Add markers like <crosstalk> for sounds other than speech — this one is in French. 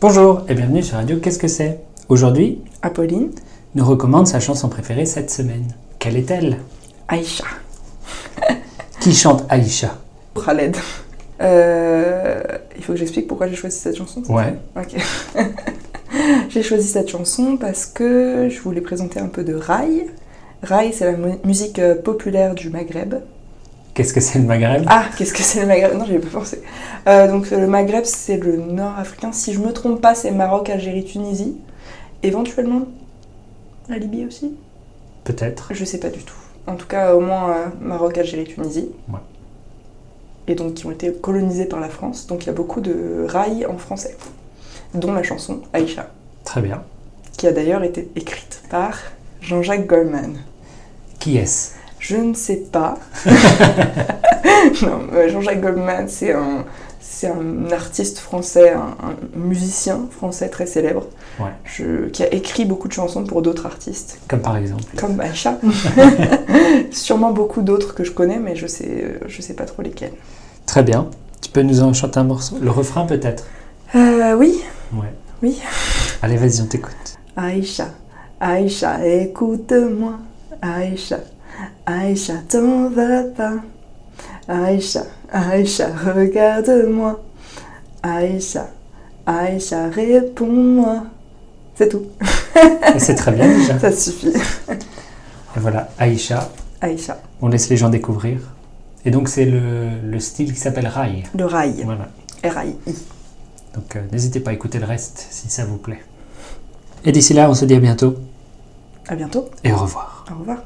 Bonjour et bienvenue sur Radio Qu'est-ce que c'est Aujourd'hui, Apolline, nous recommande sa chanson préférée cette semaine. Quelle est-elle Aïcha, Qui chante Aïcha Khaled. Euh, il faut que j'explique pourquoi j'ai choisi cette chanson. Ouais. Ok. <laughs> j'ai choisi cette chanson parce que je voulais présenter un peu de Rai. Rai, c'est la mu- musique euh, populaire du Maghreb. Qu'est-ce que c'est le Maghreb Ah, qu'est-ce que c'est le Maghreb Non, j'y avais pas pensé. Euh, donc le Maghreb, c'est le nord africain. Si je me trompe pas, c'est Maroc, Algérie, Tunisie. Éventuellement, la Libye aussi Peut-être. Je sais pas du tout. En tout cas, au moins euh, Maroc, Algérie, Tunisie. Ouais. Et donc qui ont été colonisés par la France. Donc il y a beaucoup de rails en français, dont la chanson Aïcha, Très bien. qui a d'ailleurs été écrite par Jean-Jacques Goldman. Qui est-ce Je ne sais <laughs> pas. non, euh, Jean-Jacques Goldman, c'est un, c'est un artiste français, un, un musicien français très célèbre, Ouais. je- qui a écrit beaucoup de chansons pour d'autres artistes. Comme par exemple. Comme <laughs> Aïcha. Sûrement beaucoup d'autres que je connais, mais je sais, je sais pas trop lesquels. Très bien. Tu peux nous en chanter un morceau Le refrain peut-être Euh, oui, Ouais. Oui. Allez, vas-y, on t'écoute. Aïcha, Aïcha, écoute-moi. Aïcha, Aïcha, t'en vas pas. Aïcha, Aïcha, regarde-moi. Aïcha, Aïcha, réponds-moi. C'est tout, Et c'est très bien <laughs> déjà. ça suffit. Et voilà, Aïcha. Aïcha, On laisse les gens découvrir. Et donc, c'est le, le style qui s'appelle Rai. le rail, Voilà. R-A-I. Donc, euh, n'hésitez pas à écouter le reste si ça vous plaît. Et d'ici là, on se dit à bientôt À bientôt, et au revoir. au revoir.